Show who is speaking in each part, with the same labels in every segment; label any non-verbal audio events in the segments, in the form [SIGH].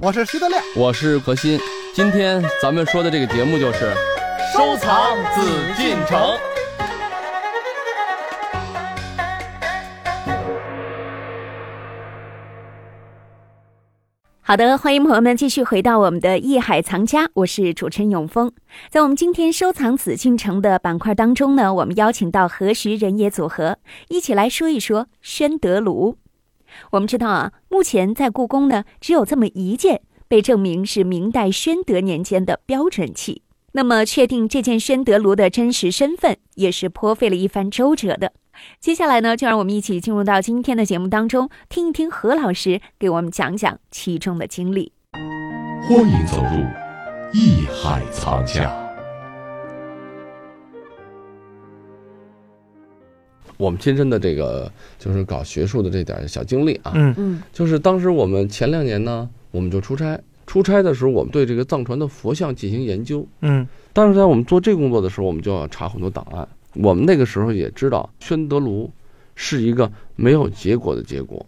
Speaker 1: 我是徐德亮，
Speaker 2: 我是何鑫。今天咱们说的这个节目就是收藏紫禁城。
Speaker 3: 好的，欢迎朋友们继续回到我们的《艺海藏家》，我是主持人永峰。在我们今天收藏紫禁城的板块当中呢，我们邀请到何时人也组合一起来说一说宣德炉。我们知道啊，目前在故宫呢，只有这么一件被证明是明代宣德年间的标准器。那么，确定这件宣德炉的真实身份，也是颇费了一番周折的。接下来呢，就让我们一起进入到今天的节目当中，听一听何老师给我们讲讲其中的经历。
Speaker 4: 欢迎走入艺海藏家。
Speaker 2: 我们亲身的这个就是搞学术的这点小经历啊，
Speaker 5: 嗯
Speaker 3: 嗯
Speaker 2: 就是当时我们前两年呢，我们就出差，出差的时候我们对这个藏传的佛像进行研究，
Speaker 5: 嗯
Speaker 2: 但是在我们做这工作的时候，我们就要查很多档案。我们那个时候也知道，宣德炉是一个没有结果的结果，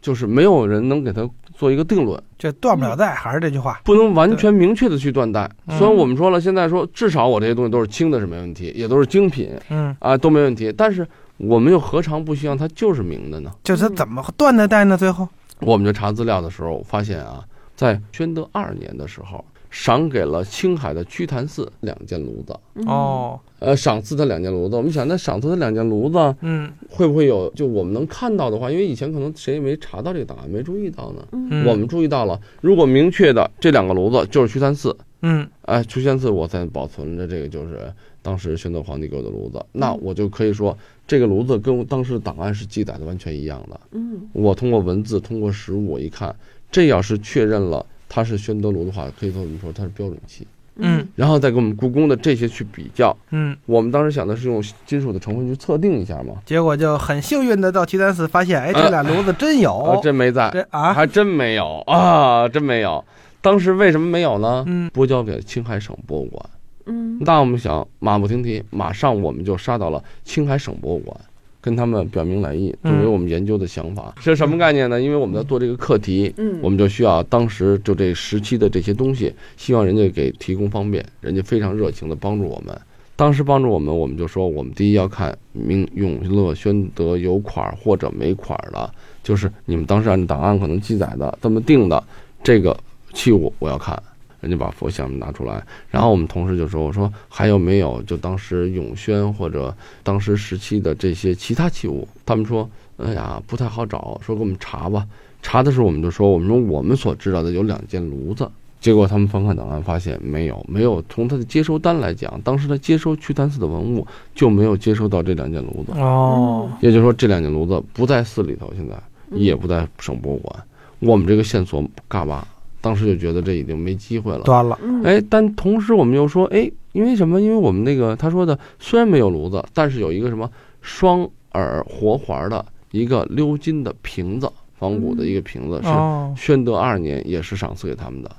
Speaker 2: 就是没有人能给它做一个定论，，
Speaker 5: 这断不了代，还是这句话。
Speaker 2: 不能完全明确的去断代。
Speaker 5: 嗯
Speaker 2: 虽然我们说了，现在说至少我这些东西都是清的是没问题，也都是精品
Speaker 5: 嗯，
Speaker 2: 啊，都没问题。但是我们又何尝不希望它就是明的呢？
Speaker 5: 就是怎么断的代呢？最后，
Speaker 2: 我们就查资料的时候发现啊，在宣德二年的时候，赏给了青海的瞿昙寺两间炉子。
Speaker 5: 哦，
Speaker 2: 呃，赏赐他两件炉子。我们想，那赏赐他两件炉子
Speaker 5: 嗯
Speaker 2: 会不会有？就我们能看到的话，因为以前可能谁也没查到这个档案，没注意到呢。
Speaker 5: 嗯，
Speaker 2: 我们注意到了，如果明确的这两个炉子就是瞿昙寺，
Speaker 5: 嗯
Speaker 2: 哎，瞿昙寺我才保存着这个就是当时宣德皇帝给我的炉子，
Speaker 5: 嗯
Speaker 2: 那我就可以说这个炉子跟我当时的档案是记载的完全一样的。
Speaker 3: 嗯
Speaker 2: 我通过文字，通过实物，我一看，这要是确认了它是宣德炉的话，可以说我们说它是标准器，
Speaker 5: 嗯
Speaker 2: 然后再跟我们故宫的这些去比较。
Speaker 5: 嗯，
Speaker 2: 我们当时想的是用金属的成分去测定一下嘛，
Speaker 5: 结果就很幸运的到齐丹寺发现，哎，这俩炉子真
Speaker 2: 啊，
Speaker 5: 有，
Speaker 2: 真没在，
Speaker 5: 这啊，
Speaker 2: 还真没有啊，真没有。当时为什么没有呢？
Speaker 5: 嗯
Speaker 2: 拨交给青海省博物馆。
Speaker 3: 嗯
Speaker 2: 那我们想，马不停蹄，马上我们就杀到了青海省博物馆，跟他们表明来意，作
Speaker 5: 嗯
Speaker 2: 为我们研究的想法。是什么概念呢？因为我们在做这个课题，
Speaker 3: 嗯
Speaker 2: 我们就需要当时就这时期的这些东西，希望人家给提供方便，人家非常热情的帮助我们。当时帮助我们，我们就说，我们第一要看明永乐宣德有款儿或者没款儿的，就是你们当时按照档案可能记载的这么定的这个器物，我要看。人家把佛像拿出来，然后我们同事就说：“我说还有没有就当时永宣或者当时时期的这些其他器物？”他们说：“哎呀，不太好找，说给我们查吧。”查的时候我们就说，我们说我们所知道的有两件炉子，结果他们翻看档案发现没有，没有从他的接收单来讲，当时他接收瞿昙寺的文物就没有接收到这两件炉子，
Speaker 5: 哦，
Speaker 2: 也就是说这两件炉子不在寺里头，现在
Speaker 3: 嗯
Speaker 2: 也不在省博物馆，我们这个线索嘎巴，当时就觉得这已经没机会了。
Speaker 5: 断了，
Speaker 3: 嗯
Speaker 2: 哎，但同时我们又说，哎，因为什么？因为我们那个他说的虽然没有炉子，但是有一个什么双耳活环的一个鎏金的瓶子，仿古的一个瓶子，是
Speaker 5: 哦，
Speaker 2: 宣德二年也是赏赐给他们的。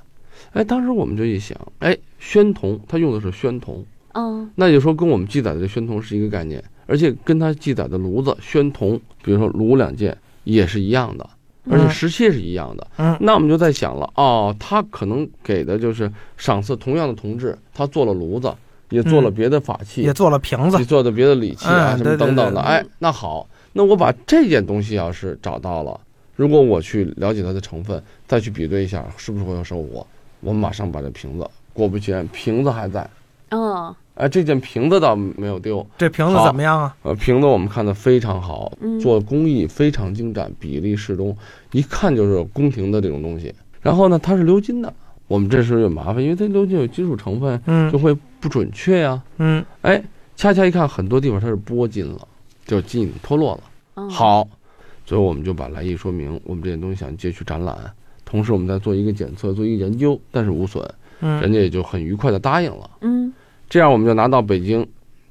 Speaker 2: 哎，当时我们就一想，哎，宣铜，他用的是宣铜，
Speaker 3: 嗯
Speaker 2: 那也就说跟我们记载的这宣铜是一个概念，而且跟他记载的炉子宣铜，比如说炉两件也是一样的，而且
Speaker 5: 嗯
Speaker 2: 时期也是一样的。
Speaker 5: 嗯
Speaker 2: [LAUGHS] 那我们就在想了，哦，他可能给的就是赏赐同样的铜制，他做了炉子，也做了
Speaker 5: 嗯
Speaker 2: 别的法器，
Speaker 5: 也做了瓶子
Speaker 2: 你，做的别的礼器啊，
Speaker 5: 嗯
Speaker 2: 什么
Speaker 5: 对对
Speaker 2: 等等的。
Speaker 5: 对
Speaker 2: 哎，那好，那我把这件东西要是找到了，如果我去了解它的成分，再去比对一下，是不是会有收获？我马上把这瓶子，果不其然，瓶子还在。
Speaker 3: 哦
Speaker 2: 哎，这件瓶子倒没有丢，
Speaker 5: 这瓶子
Speaker 2: 好
Speaker 5: 怎么样啊？
Speaker 2: 呃，瓶子我们看的非常好
Speaker 3: 嗯，
Speaker 2: 做工艺非常精湛，比例适中，一看就是宫廷的这种东西。然后呢，它是鎏金的，我们这时候就麻烦，因为它鎏金有金属成分，就
Speaker 5: 嗯
Speaker 2: 会不准确呀、
Speaker 5: 嗯
Speaker 2: 哎，恰恰一看很多地方它是波金了，就是金已经脱落了。
Speaker 3: 哦
Speaker 2: 好，所以我们就把来意说明，我们这些东西想借去展览，同时我们再做一个检测，做一个研究，但是无损，人
Speaker 5: 嗯，
Speaker 2: 家也就很愉快的答应了。
Speaker 3: 嗯
Speaker 2: 这样我们就拿到北京，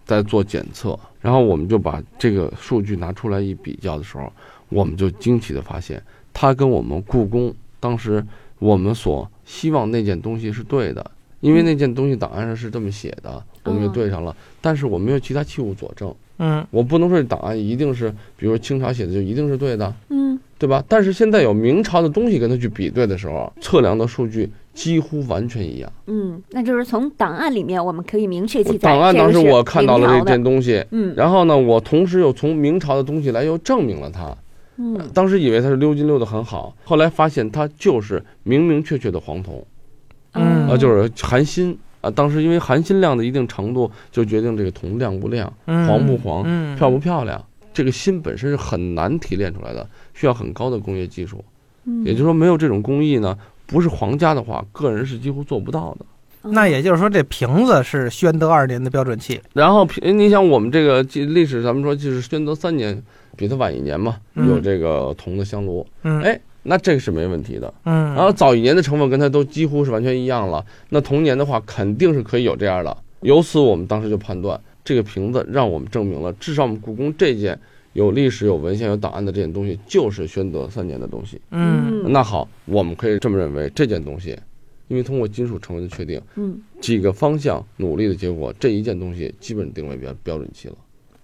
Speaker 2: 再做检测，然后我们就把这个数据拿出来一比较的时候，我们就惊奇的发现，它跟我们故宫当时我们所希望那件东西是对的，因为那件东西档案上是这么写的，我们就对上了，但是我没有其他器物佐证，
Speaker 5: 嗯
Speaker 2: 我不能说这档案一定是，比如说清朝写的就一定是对的，
Speaker 3: 嗯
Speaker 2: 对吧？但是现在有明朝的东西跟它去比对的时候，测量的数据几乎完全一样。
Speaker 3: 嗯，那就是从档案里面我们可以明确记
Speaker 2: 我
Speaker 3: 载，
Speaker 2: 哦档案
Speaker 3: 这个
Speaker 2: 当时
Speaker 3: 是
Speaker 2: 我看到了
Speaker 3: 明
Speaker 2: 这
Speaker 3: 朝的
Speaker 2: 件东西，
Speaker 3: 嗯
Speaker 2: 然后呢，我同时又从明朝的东西来又证明了它。
Speaker 3: 嗯
Speaker 2: 当时以为它是鎏金鎏的很好，后来发现它就是明明确确的黄铜
Speaker 5: 嗯
Speaker 2: 啊、
Speaker 3: 哦
Speaker 2: 就是含锌啊。当时因为含锌量的一定程度，就决定这个铜亮不亮、
Speaker 5: 嗯
Speaker 2: 黄不黄、
Speaker 5: 嗯
Speaker 2: 漂不漂亮。这个锌本身是很难提炼出来的，需要很高的工业技术。
Speaker 3: 嗯
Speaker 2: 也就是说，没有这种工艺呢，不是皇家的话，个人是几乎做不到的。
Speaker 3: 哦
Speaker 5: 那也就是说，这瓶子是宣德二年的标准器。
Speaker 2: 然后平，你想我们这个记历史，咱们说就是宣德三年，比他晚一年嘛，
Speaker 5: 嗯
Speaker 2: 有这个铜的香炉，
Speaker 5: 嗯，
Speaker 2: 哎，啊那这个是没问题的。
Speaker 5: 嗯，
Speaker 2: 然后早一年的成分跟它都几乎是完全一样了，那同年的话肯定是可以有这样的。由此我们当时就判断，这个瓶子让我们证明了，至少我们故宫这件有历史、有文献、有档案的这件东西，就是宣德三年的东西。
Speaker 5: 嗯
Speaker 2: 那好，我们可以这么认为，这件东西，因为通过金属成分的确定，
Speaker 3: 嗯
Speaker 2: 几个方向努力的结果，这一件东西基本定为标标准器了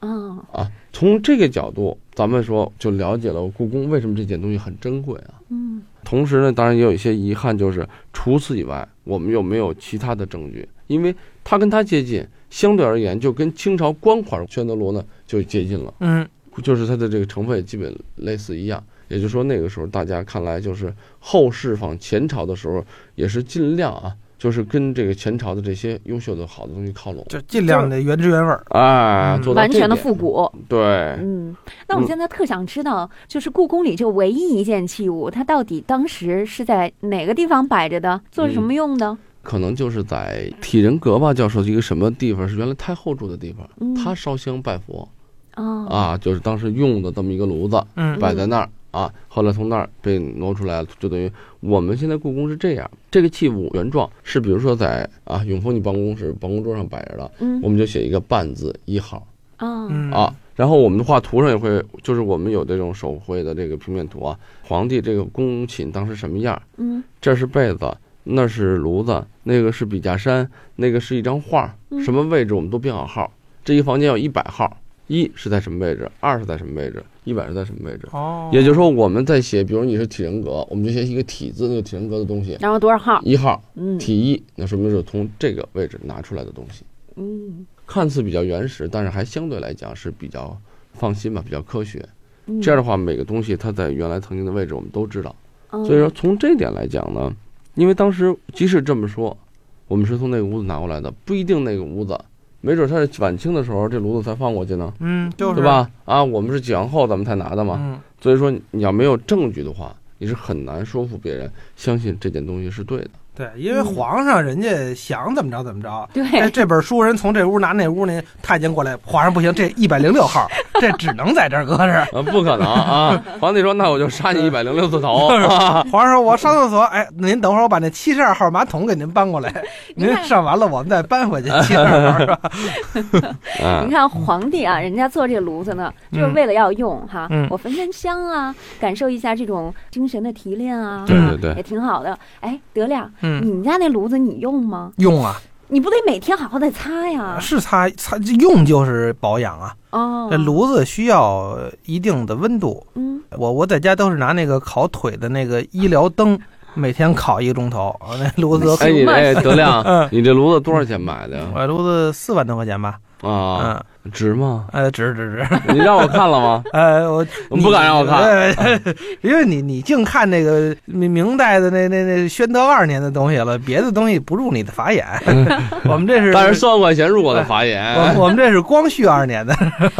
Speaker 3: 哦
Speaker 2: 啊。从这个角度，咱们说就了解了故宫为什么这件东西很珍贵啊。
Speaker 3: 嗯
Speaker 2: 同时呢，当然也有一些遗憾，就是除此以外，我们又没有其他的证据，因为它跟它接近，相对而言就跟清朝官款宣德罗呢就接近了， [LAUGHS]
Speaker 5: 嗯
Speaker 2: 就是它的这个成分也基本类似一样。也就是说，那个时候大家看来就是后世仿前朝的时候，也是尽量啊，就是跟这个前朝的这些优秀的好的东西靠拢，
Speaker 5: 就尽量的原汁原味儿。
Speaker 2: 哎，
Speaker 5: 嗯
Speaker 2: 做到
Speaker 3: 完
Speaker 2: 这
Speaker 3: 全的
Speaker 2: 点
Speaker 3: 复古，
Speaker 2: 对。
Speaker 3: 嗯，那我现在特想知道，就是故宫里就唯一一件器物，它到底当时是在哪个地方摆着的，做什
Speaker 2: 嗯
Speaker 3: 么用的？
Speaker 2: 可能就是在体仁阁吧，教授一个什么地方是原来太后住的地方，
Speaker 3: 嗯
Speaker 2: 她烧香拜佛，
Speaker 3: 哦，
Speaker 2: 啊，就是当时用的这么一个炉子
Speaker 5: 嗯
Speaker 2: 摆在那儿啊，后来从那儿被挪出来了，就等于我们现在故宫是这样，这个器物原状是比如说在啊永丰你办公室办公桌上摆着的，
Speaker 3: 嗯
Speaker 2: 我们就写一个“半”字一号
Speaker 3: 哦，
Speaker 5: 嗯
Speaker 2: 啊，，然后我们的画图上也会，就是我们有这种手绘的这个平面图啊，皇帝这个宫寝当时什么样，
Speaker 3: 嗯
Speaker 2: 这是被子。那是炉子，那个是笔架山，那个是一张画，
Speaker 3: 嗯
Speaker 2: 什么位置我们都编好号。这一房间有一百号，一是在什么位置，二是在什么位置，一百是在什么位置。
Speaker 5: 哦，
Speaker 2: 也就是说，我们在写，比如你是体人格，我们就写一个体字，那个体人格的东西，
Speaker 3: 然后多少号？
Speaker 2: 一号
Speaker 3: 嗯
Speaker 2: 体一，那说明是从这个位置拿出来的东西。
Speaker 3: 嗯
Speaker 2: 看似比较原始，但是还相对来讲是比较放心吧，比较科学。
Speaker 3: 嗯，
Speaker 2: 这样的话，每个东西它在原来曾经的位置我们都知道。
Speaker 3: 嗯，
Speaker 2: 所以说，从这点来讲呢，因为当时即使这么说，我们是从那个屋子拿过来的，不一定那个屋子，没准它是晚清的时候这炉子才放过去呢，
Speaker 5: 嗯，就是
Speaker 2: 对？吧？啊，我们是解放后咱们才拿的嘛。
Speaker 5: 嗯
Speaker 2: 所以说，你要没有证据的话，你是很难说服别人相信这件东西是对的。
Speaker 5: 对，因为皇上人家想怎么着怎么着。
Speaker 3: 对，
Speaker 5: 哎，这本书人从这屋拿那屋那太监过来，皇上不行，这一百零六号，这只能在这儿搁着。
Speaker 2: 啊，不可能啊！ [LAUGHS] 皇帝说：“那我就杀
Speaker 5: 嗯
Speaker 2: 你一百零六次
Speaker 5: [LAUGHS]
Speaker 2: 头。啊
Speaker 5: 皇上说：“我上厕所，哎，您等会儿，我把那七十二号马桶给您搬过来，
Speaker 3: 您
Speaker 5: 您
Speaker 3: 看
Speaker 5: 上完了我们再搬回去。七十二号是吧？”
Speaker 3: 您看皇帝啊，人家做这炉子呢，就是为了要用哈，
Speaker 5: 嗯
Speaker 3: 我焚焚香啊，感受一下这种精神的提炼啊，
Speaker 2: 对
Speaker 3: 哈
Speaker 2: 对对
Speaker 3: 也挺好的。哎，德亮，
Speaker 5: 嗯
Speaker 3: 你们家那炉子你用吗？
Speaker 5: 用啊，
Speaker 3: 你不得每天好好的擦呀？
Speaker 5: 是擦擦用就是保养啊。
Speaker 3: 哦，
Speaker 5: 这，炉子需要一定的温度，
Speaker 3: 嗯，
Speaker 5: 我我在家都是拿那个烤腿的那个医疗灯，每天烤一个钟头，啊那炉子都”
Speaker 2: 哎，你这哎德亮
Speaker 5: 嗯，
Speaker 2: 你这炉子多少钱买的呀？
Speaker 5: 我炉子四万多块钱吧，
Speaker 2: 啊，
Speaker 5: 嗯，
Speaker 2: 值吗？
Speaker 5: 呃，值值值， [LAUGHS]
Speaker 2: 你让我看了吗？
Speaker 5: 呃，我你
Speaker 2: 不敢让我看啊
Speaker 5: 呃因为你你净看那个明明代的那那那宣德二年的东西了，别的东西不入你的法眼。 [LAUGHS] 我们
Speaker 2: [LAUGHS]
Speaker 5: [LAUGHS] 这是，嗯
Speaker 2: 但是嗯算万块钱入我的法眼。
Speaker 5: 我们我们这是光绪二年的，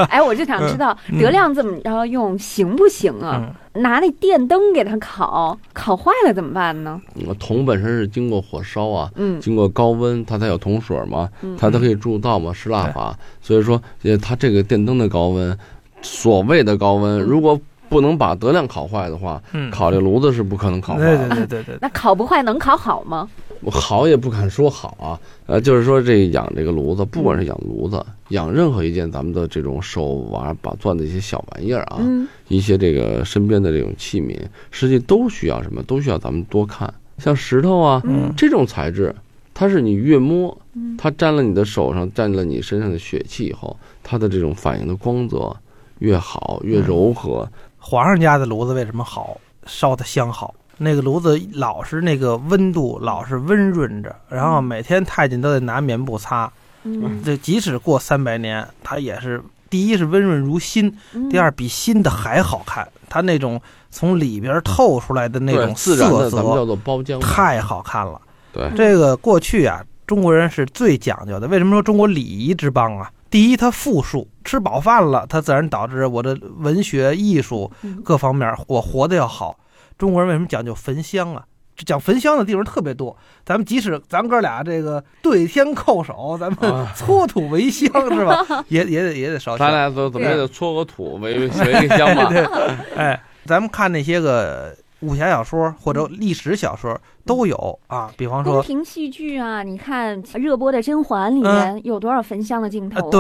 Speaker 3: 哎，我就想知道
Speaker 5: 嗯
Speaker 3: 德亮这么着用行不行啊？拿那电灯给它烤，烤坏了怎么办呢？
Speaker 2: 嗯铜本身是经过火烧啊，
Speaker 3: 嗯
Speaker 2: 经过高温，它才有铜水嘛，
Speaker 3: 嗯
Speaker 2: 它才可以铸造嘛，失蜡法。所以说，呃，它这个电灯的高温，所谓的高温，如果不能把德亮烤坏的话，
Speaker 5: 嗯，
Speaker 2: 烤这炉子是不可能烤坏
Speaker 5: 对
Speaker 2: 的
Speaker 5: 对。对对对，
Speaker 3: 那烤不坏能烤好吗？
Speaker 2: 我好也不敢说好啊，呃，就是说这养这个炉子，不管是养炉子，养任何一件咱们的这种手玩把钻的一些小玩意儿啊，
Speaker 3: 嗯
Speaker 2: 一些这个身边的这种器皿，实际都需要什么？都需要咱们多看，像石头啊，
Speaker 5: 嗯
Speaker 2: 这种材质，它是你越摸
Speaker 3: 嗯，
Speaker 2: 它沾了你的手上，沾了你身上的血气以后，它的这种反应的光泽越好，越柔和，
Speaker 5: 皇上家的炉子为什么好，烧的香好？那个炉子老是那个温度，老是温润着，然后每天太监都得拿棉布擦。
Speaker 3: 嗯，
Speaker 5: 这即使过三百年，它也是第一是温润如新，
Speaker 3: 嗯
Speaker 5: 第二比新的还好看。它那种从里边透出来的那种
Speaker 2: 对自然
Speaker 5: 色
Speaker 2: 的，咱们
Speaker 5: 泽
Speaker 2: 叫做包浆。
Speaker 5: 太好看了。
Speaker 2: 对，
Speaker 5: 这个过去啊，中国人是最讲究的。为什么说中国礼仪之邦啊？第一，它富庶，吃饱饭了，它自然导致我的文学、艺术
Speaker 3: 嗯
Speaker 5: 各方面我活得要好。中国人为什么讲究焚香啊？这讲焚香的地方特别多。咱们即使咱哥俩这个对天叩首，咱们
Speaker 2: 啊
Speaker 5: 搓土为香是吧？也也得也得烧
Speaker 2: 咱
Speaker 5: 香。
Speaker 2: 俩怎怎么也得搓个土为为个香
Speaker 5: [LAUGHS]
Speaker 2: 吧？
Speaker 5: 哎，咱们看那些个武侠小说或者历史小说都有啊，比方
Speaker 3: 宫
Speaker 5: 说
Speaker 3: 廷戏剧啊，你看热播的《甄嬛》里面有多少焚香的镜头、啊
Speaker 5: 呃，嗯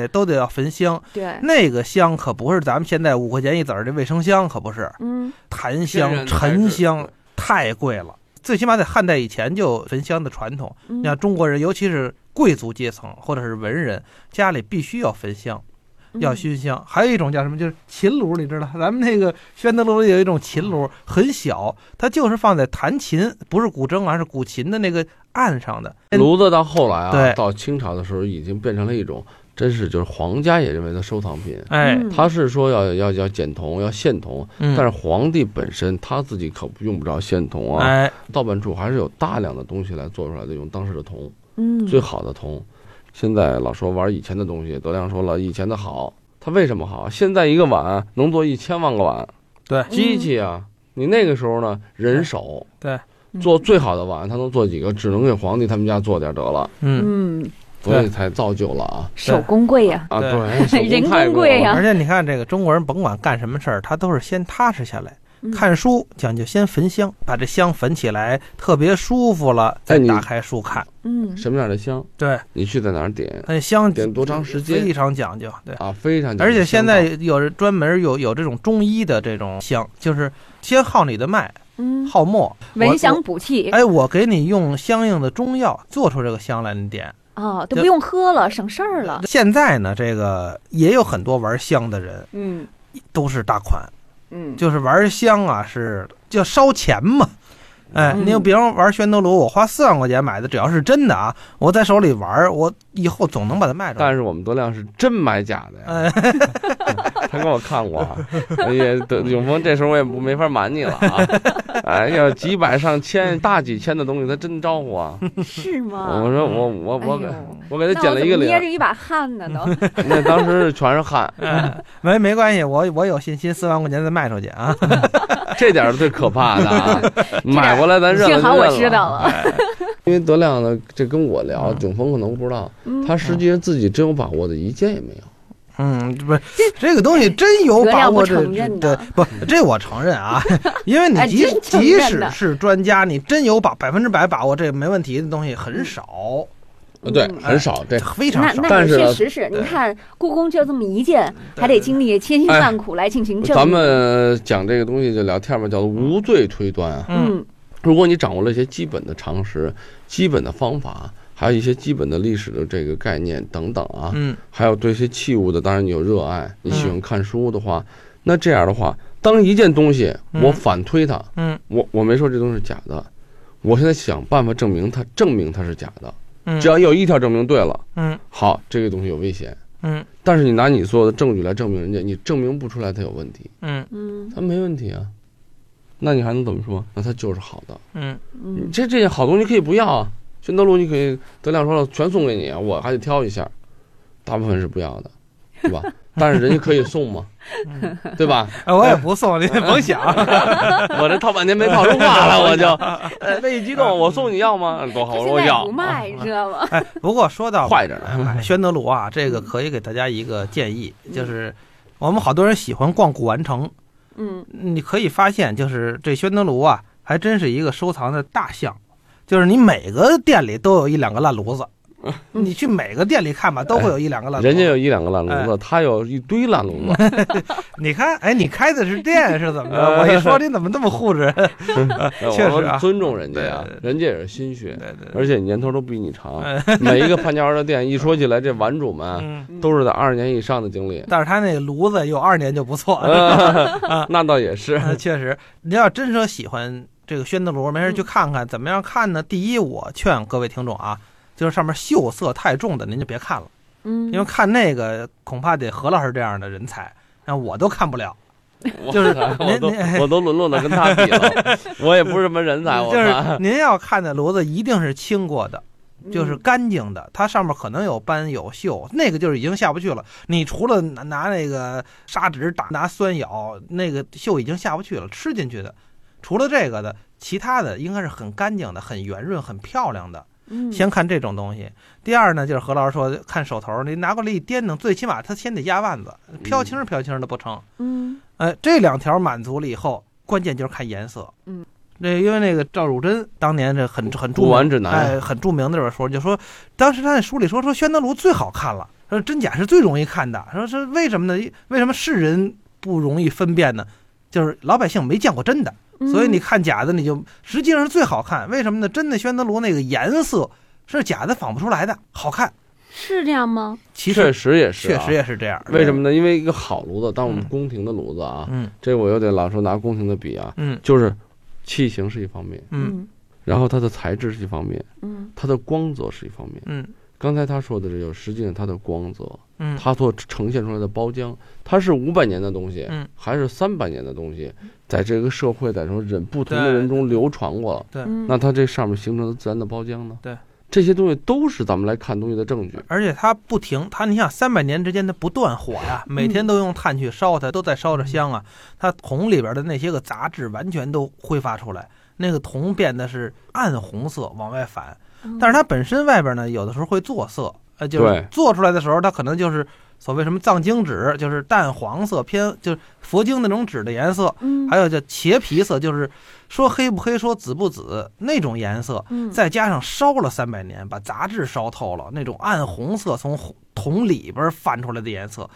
Speaker 5: 对，都得要焚香。
Speaker 3: 对，
Speaker 5: 那个香可不是咱们现在五块钱一子儿这卫生香，可不是
Speaker 3: 嗯
Speaker 5: 檀
Speaker 2: 天
Speaker 5: 香、
Speaker 2: 然材质
Speaker 5: 沉香，太贵了。最起码在汉代以前就有焚香的传统。
Speaker 3: 嗯
Speaker 5: 你看中国人，尤其是贵族阶层或者是文人，家里必须要焚香，
Speaker 3: 嗯
Speaker 5: 要熏香。还有一种叫什么，就是秦炉，你知道，咱们那个宣德炉里有一种秦
Speaker 3: 嗯
Speaker 5: 炉，很小，它就是放在弹琴，不是古筝啊，是古琴的那个案上的。
Speaker 2: [LAUGHS]
Speaker 5: 哎
Speaker 2: 炉子到后来啊
Speaker 5: 对，
Speaker 2: 到清朝的时候已经变成了一种，真是就是皇家也认为的收藏品。
Speaker 5: 哎，
Speaker 3: 嗯
Speaker 2: 他是说要要要减铜，要限铜，
Speaker 5: 嗯
Speaker 2: 但是皇帝本身他自己可不用不着限铜啊。
Speaker 5: 哎，
Speaker 2: 盗版处还是有大量的东西来做出来的，用当时的铜，
Speaker 3: 嗯
Speaker 2: 最好的铜。现在老说玩以前的东西，德亮说了以前的好，它为什么好？现在一个碗能做一千万个碗，
Speaker 5: 对嗯
Speaker 2: 机器啊，你那个时候呢，人手
Speaker 5: 对
Speaker 3: 嗯
Speaker 2: 做最好的碗，他能做几个？只能给皇帝他们家做点得了，
Speaker 5: 嗯，
Speaker 3: 嗯
Speaker 2: 所以才造就了啊
Speaker 3: 手工贵呀、
Speaker 2: 啊！
Speaker 5: 对
Speaker 2: 对，手工
Speaker 3: 人工
Speaker 2: 太
Speaker 3: 贵
Speaker 2: 了
Speaker 3: 呀
Speaker 5: 而且你看，这个中国人甭管干什么事儿，他都是先踏实下来，
Speaker 3: 嗯
Speaker 5: 看书讲究先焚香，把这香焚起来，特别舒服了，
Speaker 2: 哎
Speaker 5: 再
Speaker 2: 你
Speaker 5: 打开书看。
Speaker 3: 嗯
Speaker 2: 什么样的香？
Speaker 5: 对，
Speaker 2: 你去在哪儿点
Speaker 5: 那香
Speaker 2: 点多长时间
Speaker 5: 非常讲究。对，
Speaker 2: 啊？非常讲究
Speaker 5: 而且现
Speaker 2: 香
Speaker 5: 在
Speaker 2: 道
Speaker 5: 有人专门有有这种中医的这种香，就是先耗你的脉，
Speaker 3: 嗯，
Speaker 5: 耗末，
Speaker 3: 闻
Speaker 5: 我
Speaker 3: 香。补气
Speaker 5: 我哎，我给你用相应的中药做出这个香来，你点。
Speaker 3: 哦，都不用喝了，省事儿了。
Speaker 5: 现在呢，这个也有很多玩香的人
Speaker 3: 嗯
Speaker 5: 都是大款，
Speaker 3: 嗯，
Speaker 5: 就是玩香啊，是叫烧钱嘛。哎，
Speaker 3: 嗯
Speaker 5: 你比方玩旋陀螺，我花四万块钱买的，只要是真的啊，我在手里玩，我以后总能把它卖出
Speaker 2: 但
Speaker 5: [LAUGHS] 来。
Speaker 2: 是我们德亮是真买假的呀，
Speaker 5: 哎，
Speaker 2: 他给我看过啊，也德永峰这时候我也不没法瞒你了啊，哎呀，几百上千大几千的东西他真招呼啊！
Speaker 3: 是吗？
Speaker 2: 我说我我
Speaker 3: 哎
Speaker 2: 我给
Speaker 3: 呦
Speaker 2: 我给他减了一个
Speaker 3: 那我怎么捏着
Speaker 2: 零，
Speaker 3: 一把汗
Speaker 2: [LAUGHS]
Speaker 3: 呢都。
Speaker 2: 那当时是全是汗，
Speaker 5: 哎没没关系，我我有信心，四万块钱再卖出去 [LAUGHS] 啊。
Speaker 2: 这点儿是最可怕的
Speaker 3: [LAUGHS]
Speaker 2: 啊！买过来咱认了就认了。哎
Speaker 3: 幸好我知道了。
Speaker 2: 因为德亮呢，这跟我聊，
Speaker 5: 嗯
Speaker 2: 景峰可能不知道，
Speaker 3: 嗯
Speaker 2: 他实际上自己真有把握的一件也没有。
Speaker 5: 嗯，不是这个东西真有把握，
Speaker 3: 德
Speaker 5: 这
Speaker 3: 亮不承认
Speaker 5: 这
Speaker 3: 的
Speaker 5: 不这我承认
Speaker 3: [LAUGHS]
Speaker 5: 啊，因为你
Speaker 3: 哎
Speaker 5: 即
Speaker 3: 真承
Speaker 5: 即
Speaker 3: 认
Speaker 5: 使
Speaker 3: 的
Speaker 5: 是专家，你真有把百分之百把握，这没问题的东西很少，
Speaker 2: 呃对，
Speaker 3: 嗯
Speaker 2: 很少这。
Speaker 5: 非常
Speaker 3: 那
Speaker 5: 少。
Speaker 3: 那
Speaker 2: 但
Speaker 3: 也
Speaker 2: 是呢
Speaker 3: 确实是，你
Speaker 5: 对
Speaker 3: 看故宫就这么一件，
Speaker 5: 对
Speaker 3: 还得经历千辛
Speaker 2: 哎
Speaker 3: 万苦来进行证。
Speaker 2: 咱们讲这个东西就聊天吧，叫做无罪推断啊。
Speaker 5: 嗯，
Speaker 3: 嗯
Speaker 2: 如果你掌握了一些基本的常识、基本的方法，还有一些基本的历史的这个概念等等啊，
Speaker 5: 嗯
Speaker 2: 还有对一些器物的，当然你有热爱，你喜欢
Speaker 5: 嗯
Speaker 2: 看书的话，那这样的话，当一件东西
Speaker 5: 嗯
Speaker 2: 我反推它，
Speaker 5: 嗯
Speaker 2: 我我没说这东西是假的，我现在想办法证明它，证明它是假的。
Speaker 5: 嗯，
Speaker 2: 只要有一条证明对了，
Speaker 5: 嗯
Speaker 2: 好，这个东西有危险。
Speaker 5: 嗯
Speaker 2: 但是你拿你所有的证据来证明人家，你证明不出来它有问题，
Speaker 5: 嗯
Speaker 3: 嗯
Speaker 2: 它没问题啊。那你还能怎么说？那它就是好的。
Speaker 5: 嗯
Speaker 2: 你
Speaker 3: 嗯
Speaker 2: 这这些好东西可以不要啊，宣德路你可以德亮说了全送给你，啊我还得挑一下，大部分是不要的，对吧？但是人家可以送
Speaker 5: [LAUGHS]
Speaker 2: 嘛，对吧？
Speaker 5: 哎，我也不
Speaker 2: [LAUGHS]
Speaker 5: 送，你甭想。
Speaker 2: 我这套半天没套出话来，
Speaker 5: [LAUGHS]
Speaker 2: 我就呃那一激动，我送你要吗？多好，
Speaker 3: 他
Speaker 2: 我
Speaker 3: 现
Speaker 2: 说我
Speaker 3: 在
Speaker 2: 要
Speaker 3: 不，卖，你知道
Speaker 5: [LAUGHS]
Speaker 3: 吗？
Speaker 5: 哎，不过说到
Speaker 2: 坏着呢。
Speaker 5: 哎宣德炉啊，这个可以给大家一个建议，
Speaker 2: 嗯
Speaker 5: 就是我们好多人喜欢逛古玩城，
Speaker 3: 嗯
Speaker 5: 你可以发现，就是这宣德炉啊，还真是一个收藏的大项，就是你每个店里都有一两个烂炉子，你去每个店里看吧，都会有一两个烂
Speaker 2: 嗯
Speaker 5: 炉
Speaker 2: 哎人家
Speaker 5: 子。
Speaker 2: 有一两个烂笼
Speaker 5: 哎
Speaker 2: 子，他有一堆烂笼子。
Speaker 5: 你看，哎，你开的是店是怎么着？
Speaker 2: [LAUGHS] 哎
Speaker 5: 我一说你怎么这么护着？
Speaker 2: 哎我
Speaker 5: [LAUGHS] 确实
Speaker 2: 说
Speaker 5: 啊
Speaker 2: 尊重人家呀
Speaker 5: 对对，
Speaker 2: 人家也是心血，
Speaker 5: 对对，哎
Speaker 2: 而且年头都比你长。每一个潘家园的店一说起来，这碗主们
Speaker 5: 嗯，
Speaker 2: 都是在二十年以上的经
Speaker 5: [LAUGHS]
Speaker 2: 历。
Speaker 5: 但是他那个炉子有二年就不错。啊
Speaker 2: 呃 [LAUGHS] 那倒也是，
Speaker 5: 嗯，确实，你要真说喜欢这个宣德炉，没事去看看。怎么样看呢？第一，我劝各位听众啊，就是上面锈色太重的，您就别看了，
Speaker 3: 嗯，
Speaker 5: 因为看那个恐怕得何老师这样的人才，那我都看不了。就是 [LAUGHS]
Speaker 2: 我都
Speaker 5: 您您
Speaker 2: 我都沦落到跟他比
Speaker 5: [LAUGHS]
Speaker 2: 了，我也不是什么人才，我
Speaker 5: 就是
Speaker 2: 看
Speaker 5: 您要看的炉子，一定是清过的，
Speaker 3: 嗯
Speaker 5: 就是干净的，它上面可能有斑有锈，那个就是已经下不去了。你除了拿拿那个砂纸打、拿酸咬，那个锈已经下不去了，吃进去的。除了这个的，其他的应该是很干净的、很圆润、很漂亮的。
Speaker 3: 嗯
Speaker 5: 先看这种东西。第二呢，就是何老师说看手头，你拿过来一掂弄，最起码它先得压腕子，飘轻飘轻的不成。
Speaker 3: 嗯
Speaker 5: 呃，这两条满足了以后，关键就是看颜色。
Speaker 3: 嗯，
Speaker 5: 那因为那个赵汝珍当年这很很著
Speaker 2: 古玩
Speaker 5: 名，
Speaker 2: 指南，
Speaker 5: 哎，很著名的这本书，就说当时他在书里说说宣德炉最好看了，说真假是最容易看的，说是为什么呢？为什么世人不容易分辨呢？就是老百姓没见过真的，
Speaker 3: 嗯
Speaker 5: 所以你看假的你就实际上是最好看。为什么呢？真的宣德炉那个颜色是假的仿不出来的，好看。
Speaker 3: 是这样吗？
Speaker 5: 其
Speaker 2: 确
Speaker 5: 实
Speaker 2: 实也是
Speaker 5: 确
Speaker 2: 啊，
Speaker 5: 实也是这样。
Speaker 2: 为什么呢？因为一个好炉子，当我们
Speaker 5: 嗯
Speaker 2: 宫廷的炉子啊，
Speaker 5: 嗯
Speaker 2: 这我又得老说拿宫廷的比啊，
Speaker 5: 嗯
Speaker 2: 就是器型是一方面，
Speaker 5: 嗯
Speaker 2: 然后它的材质是一方面，
Speaker 3: 嗯
Speaker 2: 它的光泽是一方面。
Speaker 5: 嗯
Speaker 2: 刚才他说的这就是，实际上它的光泽，
Speaker 5: 嗯，
Speaker 2: 它所呈现出来的包浆，它是五百年的东西
Speaker 5: 嗯，
Speaker 2: 还是三百年的东西，在这个社会在说人不同的人中流传过了，
Speaker 3: 嗯，
Speaker 2: 那它这上面形成的自然的包浆呢？
Speaker 5: 对，
Speaker 2: 这些东西都是咱们来看东西的证据。
Speaker 5: 而且它不停，它你想三百年之间它不断火呀，每天都用炭去烧它，都在烧着香啊。它铜里边的那些个杂质完全都挥发出来，那个铜变得是暗红色往外反，
Speaker 3: 嗯
Speaker 5: 但是它本身外边呢有的时候会做色，呃，就是
Speaker 2: 对
Speaker 5: 做出来的时候它可能就是所谓什么藏经纸，就是淡黄色偏就是佛经那种纸的颜色，
Speaker 3: 嗯
Speaker 5: 还有叫茄皮色，就是说黑不黑说紫不紫那种颜色。
Speaker 3: 嗯
Speaker 5: 再加上烧了三百年，把杂质烧透了，那种暗红色从红铜里边泛出来的颜色，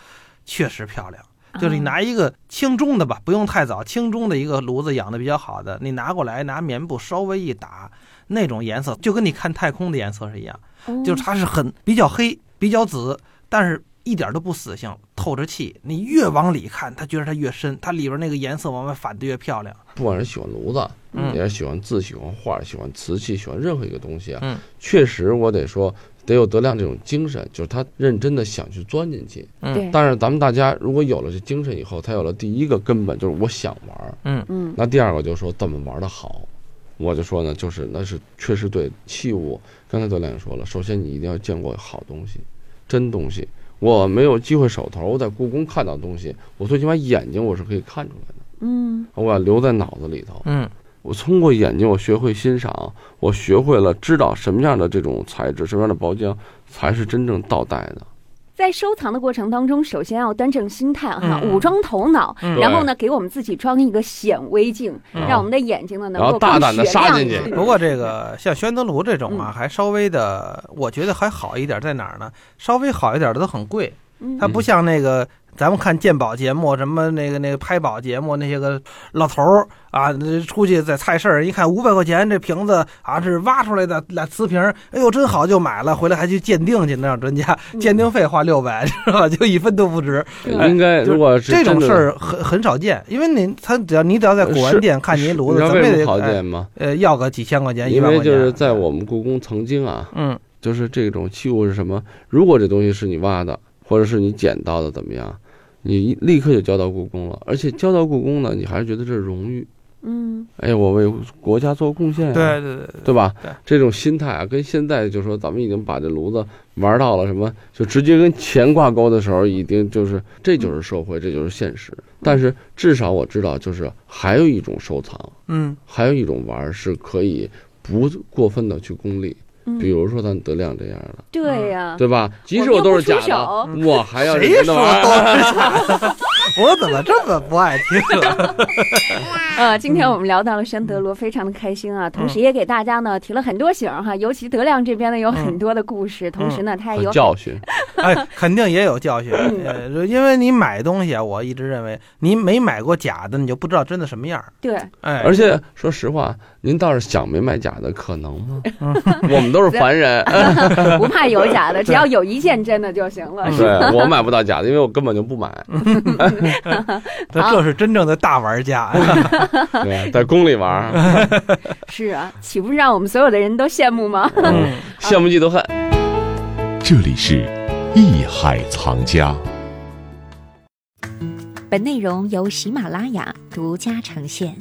Speaker 5: 确实漂亮。就是你拿一个轻中的吧，不用太早，轻中的一个炉子养的比较好的，你拿过来拿棉布稍微一打，那种颜色就跟你看太空的颜色是一样，
Speaker 3: 嗯
Speaker 5: 就是它是很比较黑、比较紫，但是一点都不死性，透着气。你越往里看，它觉得它越深，它里边那个颜色往外反的越漂亮。
Speaker 2: 不管是喜欢炉子，
Speaker 5: 嗯
Speaker 2: 也是喜欢字，喜欢画，喜欢瓷器，喜欢任何一个东西啊，
Speaker 5: 嗯
Speaker 2: 确实我得说。得有德亮这种精神，就是他认真的想去钻进去。
Speaker 3: 对，
Speaker 2: 但是咱们大家如果有了这精神以后，他有了第一个根本就是我想玩儿，
Speaker 5: 嗯
Speaker 3: 嗯
Speaker 2: 那第二个就说怎么玩的好，我就说呢，就是那是确实对器物。刚才德亮也说了，首先你一定要见过好东西，真东西。我没有机会手头我在故宫看到东西，我最起码眼睛我是可以看出来的，
Speaker 3: 嗯
Speaker 2: 我要留在脑子里头。
Speaker 5: 嗯
Speaker 2: 我通过眼睛，我学会欣赏，我学会了知道什么样的这种材质，什么样的包浆才是真正到代的。
Speaker 3: 在收藏的过程当中，首先要端正心态啊哈，
Speaker 5: 嗯
Speaker 3: 武装头脑，
Speaker 5: 嗯
Speaker 3: 然后呢，给我们自己装一个显微镜，
Speaker 2: 嗯
Speaker 3: 让我们的眼睛呢能
Speaker 2: 然
Speaker 3: 够
Speaker 2: 后大
Speaker 3: 更
Speaker 2: 胆地
Speaker 3: 雪
Speaker 2: 杀
Speaker 3: 亮
Speaker 2: 进
Speaker 3: 一
Speaker 2: 去
Speaker 3: 些
Speaker 5: 不过这个像宣德炉这种
Speaker 2: 嗯
Speaker 5: 啊，还稍微的，我觉得还好一点，在哪儿呢？稍微好一点的都很贵，
Speaker 3: 嗯
Speaker 5: 它不像那个咱们看鉴宝节目，什么那个那个拍宝节目那些个老头儿啊，那出去在菜市儿一看五百块钱这瓶子啊，这是挖出来的俩瓷瓶儿，哎呦真好就买了，回来还去鉴定去，那让专家
Speaker 3: 嗯
Speaker 5: 鉴定费花六百， [LAUGHS] 知道吧？就一分都不值。
Speaker 3: 啊
Speaker 5: 哎
Speaker 2: 应该
Speaker 5: 就是
Speaker 2: 如果是
Speaker 5: 这
Speaker 2: 真
Speaker 5: 种
Speaker 2: 的
Speaker 5: 事儿很很少见，因为你他只要你只要在古玩
Speaker 2: 是
Speaker 5: 店看您炉子，
Speaker 2: 你知道
Speaker 5: 咱们
Speaker 2: 为什
Speaker 5: 也得
Speaker 2: 么好
Speaker 5: 哎
Speaker 2: 见吗？
Speaker 5: 呃要个几千块钱，一
Speaker 2: 因
Speaker 5: 万
Speaker 2: 为
Speaker 5: 块钱。
Speaker 2: 就是在我们故宫曾经啊，
Speaker 5: 嗯
Speaker 2: 就是这种器物是什么？如果这东西是你挖的，或者是你捡到的，怎么样？你一立刻就交到故宫了，而且交到故宫呢，你还是觉得这是荣誉。
Speaker 3: 嗯
Speaker 2: 哎，我为国家做贡献、啊，
Speaker 5: 对对对。
Speaker 2: 对吧？
Speaker 5: 对
Speaker 2: 这种心态啊，跟现在就说咱们已经把这炉子玩到了什么，就直接跟钱挂钩的时候，已经就是这就是社会，这就是现实。但是至少我知道，就是还有一种收藏，
Speaker 5: 嗯
Speaker 2: 还有一种玩儿是可以不过分的去功利，
Speaker 3: 嗯，
Speaker 2: 比如说咱德亮这样的，
Speaker 3: 对呀，
Speaker 2: 嗯对吧？即使
Speaker 3: 啊我
Speaker 2: 我都是
Speaker 3: 并不
Speaker 2: 假
Speaker 3: 出
Speaker 2: 的，
Speaker 3: 手
Speaker 2: 我还要
Speaker 5: 谁
Speaker 2: 真的
Speaker 5: 说
Speaker 2: 玩儿
Speaker 5: 都是假的？ [LAUGHS] 我怎么这么不爱听？
Speaker 3: 呃，今天我们聊到了宣德
Speaker 2: 嗯
Speaker 3: 罗，非常的开心啊！同时也给大家呢提了很多醒儿哈，尤其德亮这边呢有很多的故事，同时呢他
Speaker 2: 嗯
Speaker 3: 也
Speaker 2: 很
Speaker 3: 有
Speaker 2: 教训。
Speaker 5: [LAUGHS] 哎，肯定也有教训，呃，因为你买东西啊，我一直认为你没买过假的，你就不知道真的什么样儿。
Speaker 3: 对
Speaker 5: 哎，
Speaker 2: 而且说实话，您倒是想没买假的，可能吗
Speaker 5: 嗯？
Speaker 2: [LAUGHS] 我们都是凡
Speaker 3: [LAUGHS]
Speaker 2: 人，
Speaker 3: 不怕有
Speaker 2: [LAUGHS]
Speaker 3: 假的，只要有一件真的就行了。
Speaker 5: 嗯
Speaker 3: 是
Speaker 2: 对我买不到假的，因为我根本就不买。
Speaker 5: [LAUGHS] 这
Speaker 3: 好
Speaker 5: 这是真正的大玩家。
Speaker 2: 对，在宫里玩儿，
Speaker 3: 是啊，岂不是让我们所有的人都羡慕吗？
Speaker 5: [LAUGHS]
Speaker 2: 嗯
Speaker 5: 嗯
Speaker 2: 羡慕嫉妒恨。
Speaker 4: 这里是艺海藏家。
Speaker 3: 本内容由喜马拉雅独家呈现。